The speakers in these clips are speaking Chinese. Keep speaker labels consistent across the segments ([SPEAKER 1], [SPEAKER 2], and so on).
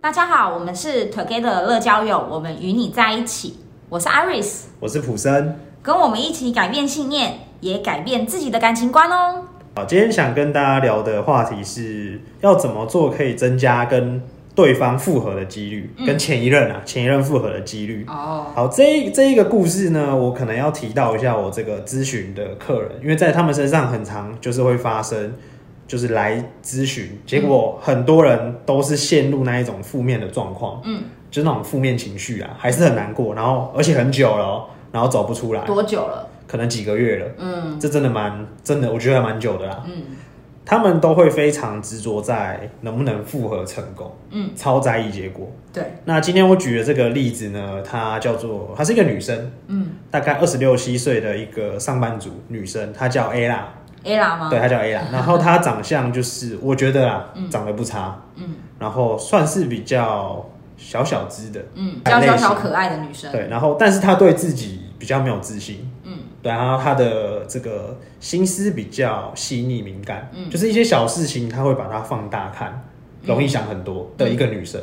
[SPEAKER 1] 大家好，我们是 Together 乐交友，我们与你在一起。我是 Iris，
[SPEAKER 2] 我是普生。
[SPEAKER 1] 跟我们一起改变信念，也改变自己的感情观哦。
[SPEAKER 2] 好，今天想跟大家聊的话题是要怎么做可以增加跟对方复合的几率，
[SPEAKER 1] 嗯
[SPEAKER 2] 跟前一任啊前一任复合的几率。
[SPEAKER 1] 哦，
[SPEAKER 2] 好，这一这一个故事呢，我可能要提到一下我这个咨询的客人，因为在他们身上很常就是会发生，就是来咨询，结果很多人都是陷入那一种负面的状况，
[SPEAKER 1] 嗯，
[SPEAKER 2] 就是那种负面情绪啊，还是很难过，然后而且很久了、哦，然后走不出来，
[SPEAKER 1] 多久了？
[SPEAKER 2] 可能几个月了，
[SPEAKER 1] 嗯
[SPEAKER 2] 这真的蛮真的，我觉得还蛮久的啦。
[SPEAKER 1] 嗯
[SPEAKER 2] 他们都会非常执着在能不能复合成功，
[SPEAKER 1] 嗯，
[SPEAKER 2] 超在意结果。
[SPEAKER 1] 对，
[SPEAKER 2] 那今天我举的这个例子呢，她叫做她是一个女生，
[SPEAKER 1] 嗯
[SPEAKER 2] 大概二十六七岁的一个上班族女生，她叫 A 啦，
[SPEAKER 1] ，ella 吗？
[SPEAKER 2] 对，，她叫 A 啦。然后她长相就是我觉得啊，长得不差，
[SPEAKER 1] 嗯
[SPEAKER 2] 然后算是比较小小只的，
[SPEAKER 1] 嗯，娇
[SPEAKER 2] 很类
[SPEAKER 1] 小
[SPEAKER 2] 型
[SPEAKER 1] 小可爱的女生，
[SPEAKER 2] 对。然后但是她对自己比较没有自信，
[SPEAKER 1] 嗯
[SPEAKER 2] 对，然后他的这个心思比较细腻敏感，
[SPEAKER 1] 嗯
[SPEAKER 2] 就是一些小事情他会把它放大看，容易想很多
[SPEAKER 1] 嗯
[SPEAKER 2] 的一个女生。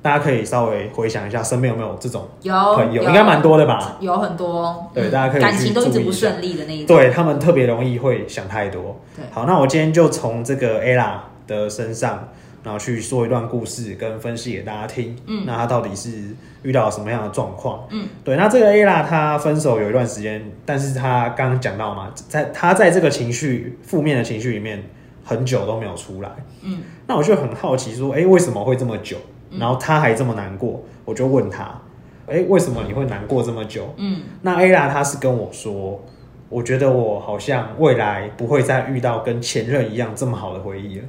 [SPEAKER 2] 大家可以稍微回想一下，身边有没有这种
[SPEAKER 1] 有
[SPEAKER 2] 朋友？
[SPEAKER 1] 哦有
[SPEAKER 2] 应该蛮多的吧？
[SPEAKER 1] 有很多，
[SPEAKER 2] 对
[SPEAKER 1] 嗯
[SPEAKER 2] 大家可以
[SPEAKER 1] 感
[SPEAKER 2] 去
[SPEAKER 1] 情都一直
[SPEAKER 2] 注意
[SPEAKER 1] 不
[SPEAKER 2] 一下
[SPEAKER 1] 顺利的那一种，
[SPEAKER 2] 对他们特别容易会想太多。
[SPEAKER 1] 对
[SPEAKER 2] 好，那我今天就从这个 Ella 的身上，然后去说一段故事跟分析给大家听。
[SPEAKER 1] 嗯
[SPEAKER 2] 那她到底是遇到什么样的状况？
[SPEAKER 1] 嗯，
[SPEAKER 2] 对。那这个 Ella 她分手有一段时间，但是她刚刚讲到嘛，在她在这个情绪负面的情绪里面很久都没有出来。
[SPEAKER 1] 嗯，
[SPEAKER 2] 那我就很好奇说，哎、为什么会这么久？然后她还这么难过，我就问她，哎、为什么你会难过这么久？
[SPEAKER 1] 嗯
[SPEAKER 2] 那 Ella 她是跟我说，我觉得我好像未来不会再遇到跟前任一样这么好的回忆了。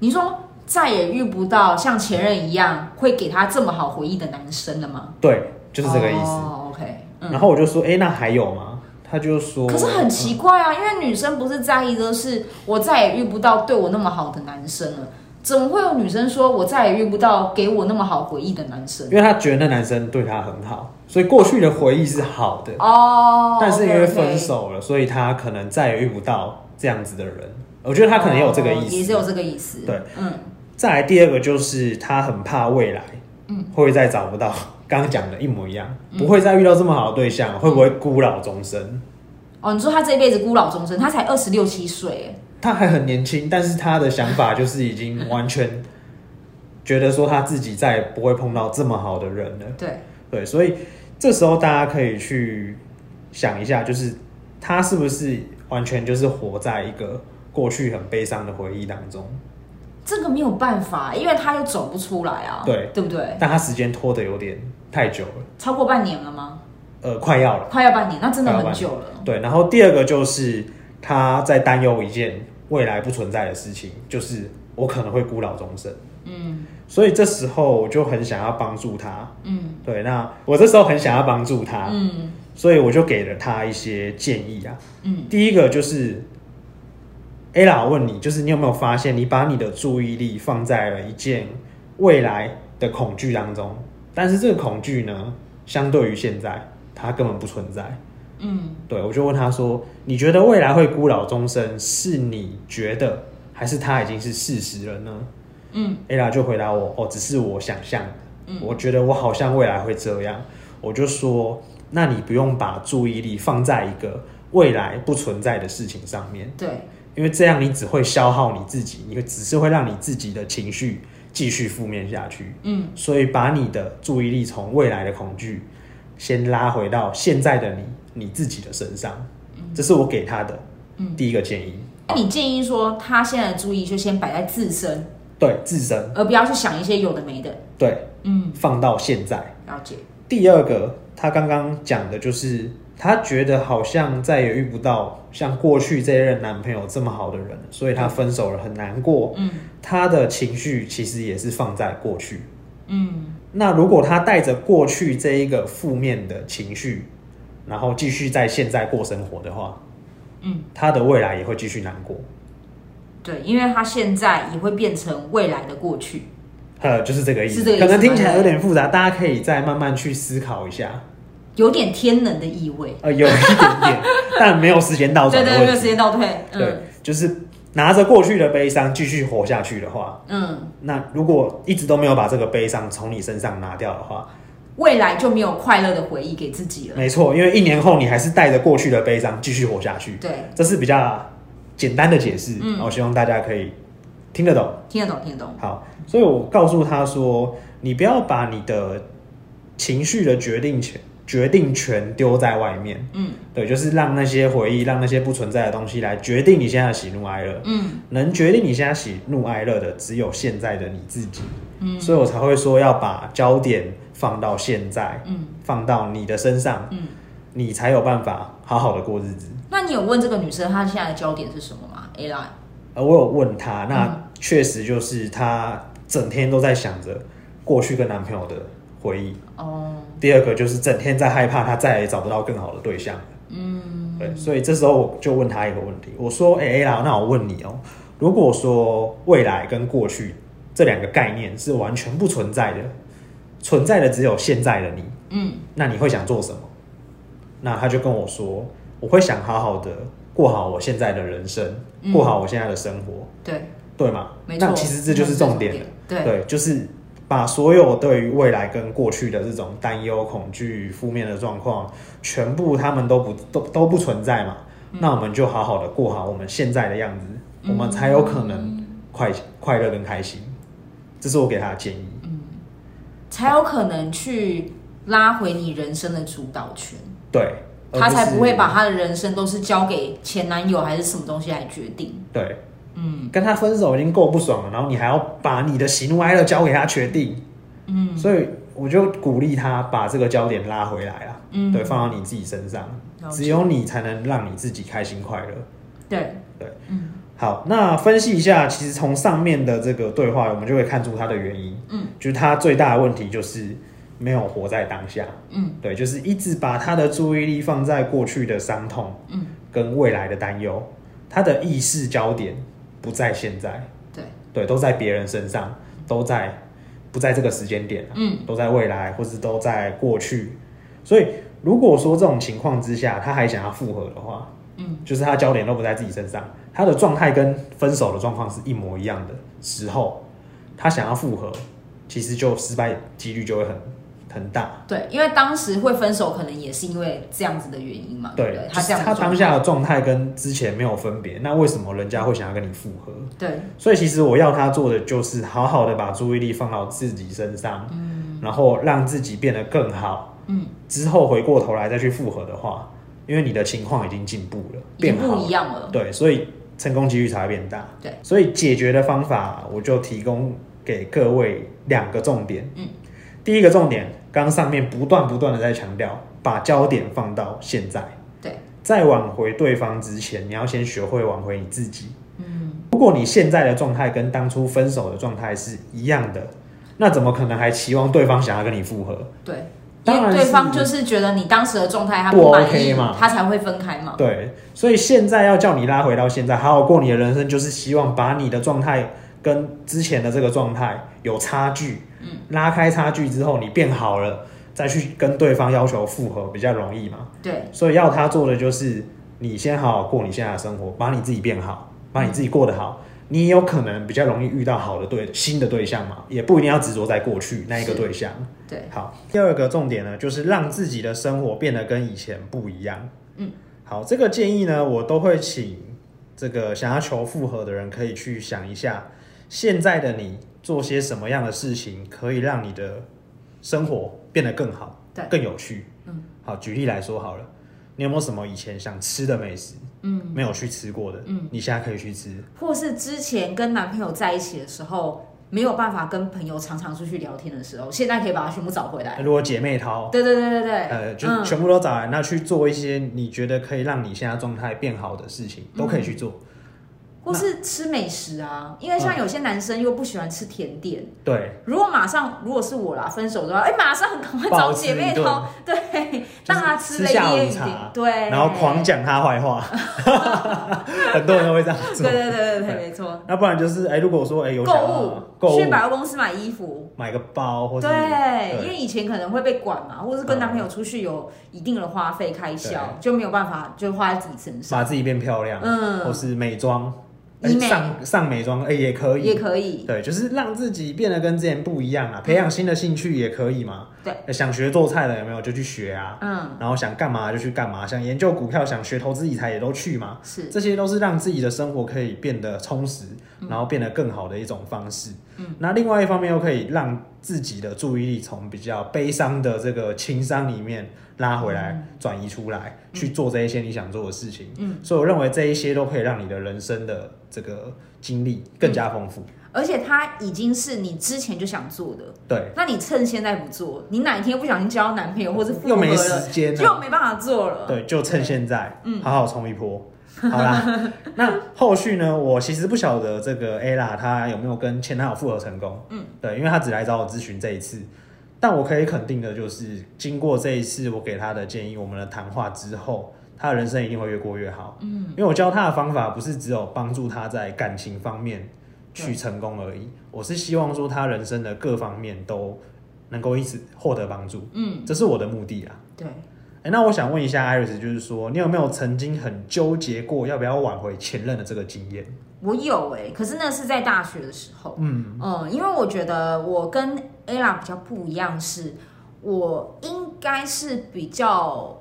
[SPEAKER 1] 你说再也遇不到像前任一样会给他这么好回忆的男生了吗？
[SPEAKER 2] 对，就是这个意思。
[SPEAKER 1] 哦，OK，
[SPEAKER 2] 然
[SPEAKER 1] 嗯。
[SPEAKER 2] 后我就说，哎、那还有吗？她就说，
[SPEAKER 1] 可是很奇怪啊，因为女生不是在意的是我再也遇不到对我那么好的男生了，怎么会有女生说我再也遇不到给我那么好回忆的男生
[SPEAKER 2] 嗯，？因为她觉得那男生对她很好，所以过去的回忆是好的，
[SPEAKER 1] 哦，
[SPEAKER 2] 但是因
[SPEAKER 1] OK，OK
[SPEAKER 2] 为分，手了，所以她可能再也遇不到这样子的人。我觉得她可能也有这个意
[SPEAKER 1] 哦
[SPEAKER 2] 思。
[SPEAKER 1] 也是有这个意思。
[SPEAKER 2] 对，
[SPEAKER 1] 嗯，
[SPEAKER 2] 再来第二个就是她很怕未来，
[SPEAKER 1] 嗯，
[SPEAKER 2] 会再找不到刚刚讲的一模一样，不会再遇到这么好的对象，会不
[SPEAKER 1] 嗯
[SPEAKER 2] 会孤老终生？
[SPEAKER 1] 哦，你说他这一辈子孤老终生，他才二十六七岁，
[SPEAKER 2] 她还很年轻，但是她的想法就是已经完全觉得说她自己再也不会碰到这么好的人了
[SPEAKER 1] 哎。对，
[SPEAKER 2] 对，所以这时候大家可以去想一下，就是她是不是完全就是活在一个过去很悲伤的回忆当中？
[SPEAKER 1] 这个没有办法，因为他又走不出来啊，
[SPEAKER 2] 对
[SPEAKER 1] 对不对？
[SPEAKER 2] 但她时间拖得有点太久了，
[SPEAKER 1] 超过半年了吗？
[SPEAKER 2] 呃，快要了。
[SPEAKER 1] 快要半年，那真的
[SPEAKER 2] 快要
[SPEAKER 1] 很
[SPEAKER 2] 半
[SPEAKER 1] 久了。
[SPEAKER 2] 对，然后第二个就是他在担忧一件未来不存在的事情，就是我可能会孤老终生。
[SPEAKER 1] 嗯
[SPEAKER 2] 所以这时候我就很想要帮助他。
[SPEAKER 1] 嗯
[SPEAKER 2] 对，那我这时候很想要帮助他，
[SPEAKER 1] 嗯
[SPEAKER 2] 所以我就给了他一些建议啊。
[SPEAKER 1] 嗯，
[SPEAKER 2] 第一个就是，ella 我问你，就是你有没有发现，你把你的注意力放在了一件未来的恐惧当中，但是这个恐惧呢，相对于现在，它根本不存在。
[SPEAKER 1] 嗯
[SPEAKER 2] 对，我就问他说：“你觉得未来会孤老终生，是你觉得，还是它已经是事实了呢
[SPEAKER 1] 嗯，
[SPEAKER 2] ？”ella 就回答我：“哦，只是我想象的
[SPEAKER 1] 嗯，
[SPEAKER 2] 我觉得我好像未来会这样。”我就说：“那你不用把注意力放在一个未来不存在的事情上面，
[SPEAKER 1] 对，
[SPEAKER 2] 因为这样你只会消耗你自己，你会只是会让你自己的情绪继续负面下去。
[SPEAKER 1] 嗯
[SPEAKER 2] 所以把你的注意力从未来的恐惧先拉回到现在的你你自己的身上，这是我给他的
[SPEAKER 1] 嗯。
[SPEAKER 2] 第一个建议。
[SPEAKER 1] 那你建议说，他现在的注意就先摆在自身，
[SPEAKER 2] 对自身，
[SPEAKER 1] 而不要去想一些有的没的。
[SPEAKER 2] 对
[SPEAKER 1] 嗯，
[SPEAKER 2] 放到现在。
[SPEAKER 1] 了解。
[SPEAKER 2] 第二个，他刚刚讲的就是他觉得好像再也遇不到像过去这一任男朋友这么好的人，所以他分手了很难过。
[SPEAKER 1] 嗯
[SPEAKER 2] 他的情绪其实也是放在过去，
[SPEAKER 1] 嗯
[SPEAKER 2] 那如果他带着过去这一个负面的情绪，然后继续在现在过生活的话，
[SPEAKER 1] 嗯，
[SPEAKER 2] 他的未来也会继续难过。
[SPEAKER 1] 对，因为他现在也会变成未来的过去。
[SPEAKER 2] 呃，就是这个意
[SPEAKER 1] 是
[SPEAKER 2] 思。
[SPEAKER 1] 这个意思
[SPEAKER 2] 可能听起来有点复杂，大家可以再慢慢去思考一下。
[SPEAKER 1] 有点天能的意味。
[SPEAKER 2] 呃，有一点点，但没有时间倒
[SPEAKER 1] 对
[SPEAKER 2] 转的
[SPEAKER 1] 对，
[SPEAKER 2] 问
[SPEAKER 1] 没有
[SPEAKER 2] 题。
[SPEAKER 1] 时间倒退。
[SPEAKER 2] 对
[SPEAKER 1] 嗯，
[SPEAKER 2] 就是拿着过去的悲伤继续活下去的话，
[SPEAKER 1] 嗯，
[SPEAKER 2] 那如果一直都没有把这个悲伤从你身上拿掉的话，
[SPEAKER 1] 未来就没有快乐的回忆给自己了。
[SPEAKER 2] 没错，因为一年后你还是带着过去的悲伤继续活下去，
[SPEAKER 1] 对，
[SPEAKER 2] 这是比较简单的解释。
[SPEAKER 1] 嗯
[SPEAKER 2] 我希望大家可以听得懂。
[SPEAKER 1] 听得懂，听得懂。
[SPEAKER 2] 好，所以我告诉他说，你不要把你的情绪的决定权决定权丢在外面，
[SPEAKER 1] 嗯
[SPEAKER 2] 对，就是让那些回忆，让那些不存在的东西来决定你现在的喜怒哀乐。
[SPEAKER 1] 嗯
[SPEAKER 2] 能决定你现在喜怒哀乐的，只有现在的你自己。
[SPEAKER 1] 嗯
[SPEAKER 2] 所以我才会说要把焦点放到现在，
[SPEAKER 1] 嗯
[SPEAKER 2] 放到你的身上，
[SPEAKER 1] 嗯。
[SPEAKER 2] 你才有办法好好的过日子。
[SPEAKER 1] 那你有问这个女生她现在的焦点是什么吗？A line，
[SPEAKER 2] 呃，我有问她，那
[SPEAKER 1] 嗯
[SPEAKER 2] 确实就是她整天都在想着过去跟男朋友的回忆。
[SPEAKER 1] 哦，
[SPEAKER 2] 第二个就是整天在害怕她再也找不到更好的对象。
[SPEAKER 1] 嗯
[SPEAKER 2] 对，所以这时候我就问她一个问题，我说：“哎、欸、啦，那我问你哦、如果说未来跟过去这两个概念是完全不存在的，存在的只有现在的你，
[SPEAKER 1] 嗯
[SPEAKER 2] 那你会想做什么？那他就跟我说，我会想好好的过好我现在的人生，
[SPEAKER 1] 嗯
[SPEAKER 2] 过好我现在的生活，
[SPEAKER 1] 对，
[SPEAKER 2] 对吗？
[SPEAKER 1] 没错。
[SPEAKER 2] 那其实这就是重点了。
[SPEAKER 1] 对，
[SPEAKER 2] 对，就是把所有对于未来跟过去的这种担忧、恐惧、负面的状况，全部他们都不都都不存在嘛。
[SPEAKER 1] 嗯
[SPEAKER 2] 那我们就好好的过好我们现在的样子，我们才有可
[SPEAKER 1] 嗯
[SPEAKER 2] 能快快乐跟开心。这是我给他的建议。
[SPEAKER 1] 嗯才有可能去拉回你人生的主导权，
[SPEAKER 2] 对，而
[SPEAKER 1] 她才
[SPEAKER 2] 是
[SPEAKER 1] 不会把她的人生都是交给前男友还是什么东西来决定。
[SPEAKER 2] 对
[SPEAKER 1] 嗯
[SPEAKER 2] 跟他分手已经够不爽了，然后你还要把你的喜怒哀乐交给他决定，
[SPEAKER 1] 嗯
[SPEAKER 2] 所以我就鼓励他把这个焦点拉回来啦，
[SPEAKER 1] 嗯，
[SPEAKER 2] 对，放到你自己身上，
[SPEAKER 1] 了解
[SPEAKER 2] 只有你才能让你自己开心快乐。
[SPEAKER 1] 对
[SPEAKER 2] 对，
[SPEAKER 1] 嗯
[SPEAKER 2] 好，那分析一下，其实从上面的这个对话，我们就会看出他的原因，
[SPEAKER 1] 嗯
[SPEAKER 2] 就是他最大的问题就是没有活在当下，
[SPEAKER 1] 嗯
[SPEAKER 2] 对，就是一直把他的注意力放在过去的伤痛
[SPEAKER 1] 嗯，
[SPEAKER 2] 跟未来的担忧，他的意识焦点不在现在。
[SPEAKER 1] 对，
[SPEAKER 2] 对，都在别人身上，都在不在这个时间点、啊，
[SPEAKER 1] 嗯
[SPEAKER 2] 都在未来，或是都在过去。所以，如果说这种情况之下，他还想要复合的话，
[SPEAKER 1] 嗯，
[SPEAKER 2] 就是他的焦点都不在自己身上，他的状态跟分手的状况是一模一样的时候，他想要复合，其实就失败几率就会很很大。
[SPEAKER 1] 对，因为当时会分手，可能也是因为这样子的原因嘛，对不
[SPEAKER 2] 对
[SPEAKER 1] 对？，
[SPEAKER 2] 就
[SPEAKER 1] 她
[SPEAKER 2] 是
[SPEAKER 1] 这样子
[SPEAKER 2] 他
[SPEAKER 1] 状
[SPEAKER 2] 当
[SPEAKER 1] 态
[SPEAKER 2] 下的状态跟之前没有分别，那为什么人家会想要跟你复合？
[SPEAKER 1] 对，
[SPEAKER 2] 所以其实我要他做的就是好好的把注意力放到自己身上，然后让自己变得更好。
[SPEAKER 1] 嗯，
[SPEAKER 2] 之后回过头来再去复合的话，因为你的情况已经进步了，
[SPEAKER 1] 已经
[SPEAKER 2] 变
[SPEAKER 1] 不
[SPEAKER 2] 好
[SPEAKER 1] 一
[SPEAKER 2] 了，
[SPEAKER 1] 样了。
[SPEAKER 2] 对，所以成功几率才会变大。
[SPEAKER 1] 对，
[SPEAKER 2] 所以解决的方法我就提供给各位两个重点。
[SPEAKER 1] 嗯，
[SPEAKER 2] 第一个重点，刚刚上面不断不断的在强调，把焦点放到现在，
[SPEAKER 1] 对，
[SPEAKER 2] 在挽回对方之前，你要先学会挽回你自己。
[SPEAKER 1] 嗯，
[SPEAKER 2] 如果你现在的状态跟当初分手的状态是一样的，那怎么可能还期望对方想要跟你复合？
[SPEAKER 1] 对，因
[SPEAKER 2] 当然
[SPEAKER 1] 为
[SPEAKER 2] 是
[SPEAKER 1] 对方就是觉得你当时的状态他
[SPEAKER 2] 不
[SPEAKER 1] 满意，
[SPEAKER 2] OK 嘛
[SPEAKER 1] 他才会分开嘛。
[SPEAKER 2] 对，所以现在要叫你拉回到现在，好好过你的人生，就是希望把你的状态跟之前的这个状态有差距，
[SPEAKER 1] 嗯，
[SPEAKER 2] 拉开差距之后你变好了，再去跟对方要求复合比较容易嘛。
[SPEAKER 1] 对，
[SPEAKER 2] 所以要他做的就是，你先好好过你现在的生活，把你自己变好，把你自己过得好，你也有可能比较容易遇到好的对新的对象嘛，也不一定要执着在过去那一个对象。
[SPEAKER 1] 对，
[SPEAKER 2] 好，第二个重点呢，就是让自己的生活变得跟以前不一样。
[SPEAKER 1] 嗯，
[SPEAKER 2] 好，这个建议呢，我都会请这个想要求复合的人可以去想一下，现在的你做些什么样的事情可以让你的生活变得更好，
[SPEAKER 1] 对
[SPEAKER 2] 更有趣。
[SPEAKER 1] 嗯，
[SPEAKER 2] 好，举例来说好了，你有没有什么以前想吃的美食
[SPEAKER 1] 嗯，
[SPEAKER 2] 没有去吃过的？
[SPEAKER 1] 嗯，
[SPEAKER 2] 你现在可以去吃。
[SPEAKER 1] 或是之前跟男朋友在一起的时候没有办法跟朋友常常出去聊天的时候，现在可以把它全部找回来。
[SPEAKER 2] 如果姐妹淘，
[SPEAKER 1] 对对对对对，
[SPEAKER 2] 呃，就
[SPEAKER 1] 嗯
[SPEAKER 2] 全部都找来，那去做一些你觉得可以让你现在状态变好的事情，
[SPEAKER 1] 嗯
[SPEAKER 2] 都可以去做。
[SPEAKER 1] 或是吃美食啊，因为
[SPEAKER 2] 嗯
[SPEAKER 1] 像有些男生又不喜欢吃甜点，
[SPEAKER 2] 对，
[SPEAKER 1] 如果马上如果是我啦，分手的话，哎、马上赶快找姐妹淘
[SPEAKER 2] 暴，
[SPEAKER 1] 对，让她吃
[SPEAKER 2] 吃下
[SPEAKER 1] Lady
[SPEAKER 2] 午
[SPEAKER 1] M
[SPEAKER 2] 茶
[SPEAKER 1] 点，对，
[SPEAKER 2] 然后狂讲他 坏话，很多人都会这样
[SPEAKER 1] 对，
[SPEAKER 2] 做
[SPEAKER 1] 对。对对对对，没错，
[SPEAKER 2] 那不然就是，哎、如果说，哎、有
[SPEAKER 1] 购
[SPEAKER 2] 想
[SPEAKER 1] 物
[SPEAKER 2] 要购
[SPEAKER 1] 去
[SPEAKER 2] 物
[SPEAKER 1] 百货公司买衣服。
[SPEAKER 2] 买个包，或是嗯
[SPEAKER 1] 对，因为以前可能会被管嘛，或者是跟男朋友出去有一定的花费开销，就没有办法就花在自己身上。
[SPEAKER 2] 把自己变漂亮，
[SPEAKER 1] 嗯
[SPEAKER 2] 或是美妆，哎
[SPEAKER 1] 医美
[SPEAKER 2] 上上美妆哎、也可以，
[SPEAKER 1] 也可以。
[SPEAKER 2] 对，就是让自己变得跟之前不一样啊，培养新的兴趣也可以嘛。
[SPEAKER 1] 对
[SPEAKER 2] 呃，想学做菜了有没有就去学啊，
[SPEAKER 1] 嗯，
[SPEAKER 2] 然后想干嘛就去干嘛，想研究股票、想学投资理财也都去嘛。
[SPEAKER 1] 是
[SPEAKER 2] 这些都是让自己的生活可以变得充实，然后变得更好的一种方式。嗯，那另外一方面又可以让自己的注意力从比较悲伤的这个情商里面拉回来，转移出来，去做这一些你想做的事情。嗯，所以我认为这一些都可以让你的人生的这个经历更加丰富。
[SPEAKER 1] 而且它已经是你之前就想做的，
[SPEAKER 2] 对，
[SPEAKER 1] 那你趁现在不做，你哪一天不小心交男朋友或者复
[SPEAKER 2] 又
[SPEAKER 1] 合
[SPEAKER 2] 没
[SPEAKER 1] 了，
[SPEAKER 2] 时间、啊，
[SPEAKER 1] 就没办法做了。
[SPEAKER 2] 对，嗯就趁现在，好好冲一波。好 啦，那后续呢？我其实不晓得这个 Ella 她有没有跟前男友复合成功。嗯，对，因为她只来找我咨询这一次，但我可以肯定的就是，经过这一次我给她的建议，我们的谈话之后，她的人生一定会越过越好。嗯，因为我教她的方法不是只有帮助她在感情方面去成功而已，我是希望说她人生的各方面都能够一直获得帮助。
[SPEAKER 1] 嗯，
[SPEAKER 2] 这是我的目的啦。
[SPEAKER 1] 对，
[SPEAKER 2] 哎、那我想问一下 Iris，就是说，你有没有曾经很纠结过要不要挽回前任的这个经验？
[SPEAKER 1] 我有哎、可是那是在大学的时候。嗯嗯，因为我觉得我跟 Ella 比较不一样是，我应该是比较，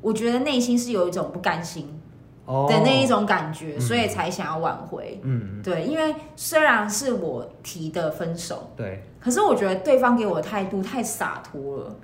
[SPEAKER 1] 我觉得内心是有一种不甘心
[SPEAKER 2] 哦
[SPEAKER 1] 的那一种感觉，
[SPEAKER 2] 嗯
[SPEAKER 1] 所以才想要挽回。
[SPEAKER 2] 嗯，
[SPEAKER 1] 对，因为虽然是我提的分手，
[SPEAKER 2] 哦对，
[SPEAKER 1] 可是我觉得对方给我的态度太洒脱了，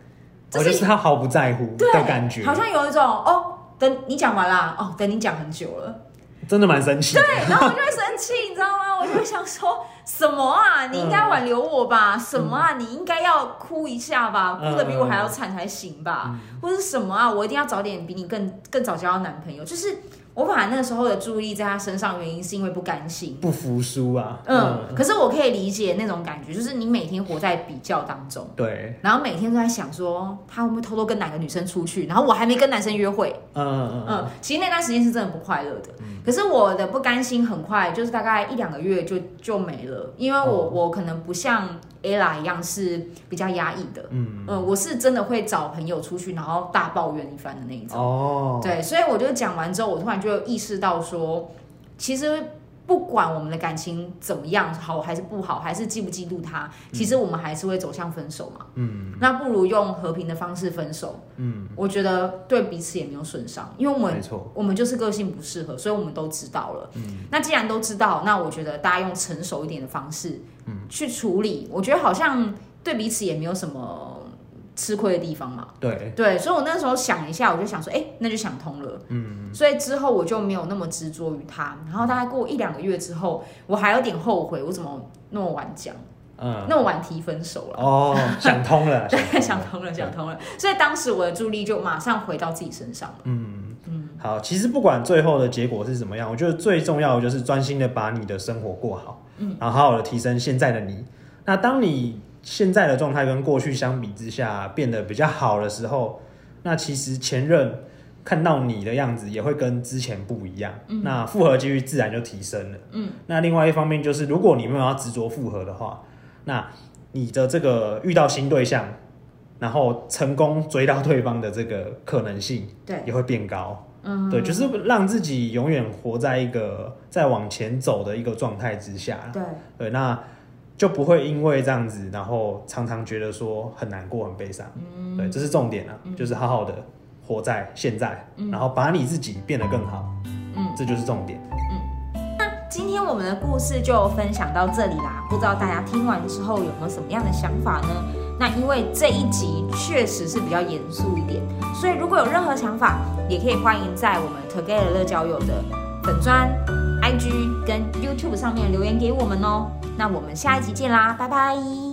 [SPEAKER 2] 我哦就是他毫不在乎
[SPEAKER 1] 对
[SPEAKER 2] 的感觉，
[SPEAKER 1] 好像有一种哦，等你讲完啦，哦，等你讲很久了。
[SPEAKER 2] 真的蛮生气。
[SPEAKER 1] 对，然后我就会生气，你知道吗？我就会想说什么啊？你应该挽留我吧？什么啊？你应该要哭一下吧？
[SPEAKER 2] 嗯
[SPEAKER 1] 哭的比我还要惨才行吧？或者什么啊？我一定要早点比你更更早交到男朋友。就是我把那个时候的注意力在他身上，原因是因为不甘心。
[SPEAKER 2] 不服输啊。
[SPEAKER 1] 嗯，，可是我可以理解那种感觉，就是你每天活在比较当中，
[SPEAKER 2] 对，
[SPEAKER 1] 然后每天都在想说他会不会偷偷跟哪个女生出去，然后我还没跟男生约会。
[SPEAKER 2] 嗯嗯嗯，
[SPEAKER 1] 嗯，其实那段时间是真的不快乐的，可是我的不甘心很快就是大概一两个月就就没了，因为我、
[SPEAKER 2] 哦
[SPEAKER 1] 我可能不像 Ella 一样是比较压抑的，
[SPEAKER 2] 嗯
[SPEAKER 1] 嗯我是真的会找朋友出去然后大抱怨一番的那一种，
[SPEAKER 2] 哦，，
[SPEAKER 1] 对，所以我就讲完之后，我突然就意识到说，其实不管我们的感情怎么样，好还是不好，还是嫉不嫉妒他，其实我们还是会走向分手嘛，
[SPEAKER 2] 嗯
[SPEAKER 1] 那不如用和平的方式分手，
[SPEAKER 2] 嗯，
[SPEAKER 1] 我觉得对彼此也没有损伤，因为我们
[SPEAKER 2] 没错，
[SPEAKER 1] 我们就是个性不适合，所以我们都知道了。
[SPEAKER 2] 嗯
[SPEAKER 1] 那既然都知道，那我觉得大家用成熟一点的方式，去处理，我觉得好像对彼此也没有什么吃亏的地方嘛。
[SPEAKER 2] 对，
[SPEAKER 1] 对，所以我那时候想一下，我就想说，哎、那就想通了。嗯，所以之后我就没有那么执着于他。然后大概过一两个月之后，我还有点后悔，我怎么那么晚讲，
[SPEAKER 2] 嗯，
[SPEAKER 1] 那么晚提分手了。
[SPEAKER 2] 哦，想通了，
[SPEAKER 1] 对，想
[SPEAKER 2] 想通
[SPEAKER 1] 通
[SPEAKER 2] 了
[SPEAKER 1] 了，想通了。所以当时我的注意力就马上回到自己身上了。
[SPEAKER 2] 好，其实不管最后的结果是怎么样，我觉得最重要的就是专心的把你的生活过好，嗯，然后好好的提升现在的你。那当你现在的状态跟过去相比之下变得比较好的时候，那其实前任看到你的样子也会跟之前不一样，嗯、那复合几率自然就提升了。嗯，那另外一方面就是，如果你没有要执着复合的话，那你的这个遇到新对象，然后成功追到对方的这个可能性
[SPEAKER 1] 对，
[SPEAKER 2] 也会变高。嗯，对，就是让自己永远活在一个在往前走的一个状态之下啦。
[SPEAKER 1] 对，
[SPEAKER 2] 对，那就不会因为这样子，然后常常觉得说很难过、很悲伤。嗯，嗯对，这是重点啊，就是好好的活在现在，然后把你自己变得更好。
[SPEAKER 1] 嗯，
[SPEAKER 2] 这就是重点。
[SPEAKER 1] 今天我们的故事就分享到这里啦，不知道大家听完之后有没有什么样的想法呢？那因为这一集确实是比较严肃一点，所以如果有任何想法，也可以欢迎在我们 Together 乐交友的粉砖、IG 跟 YouTube 上面留言给我们哦。那我们下一集见啦，拜拜。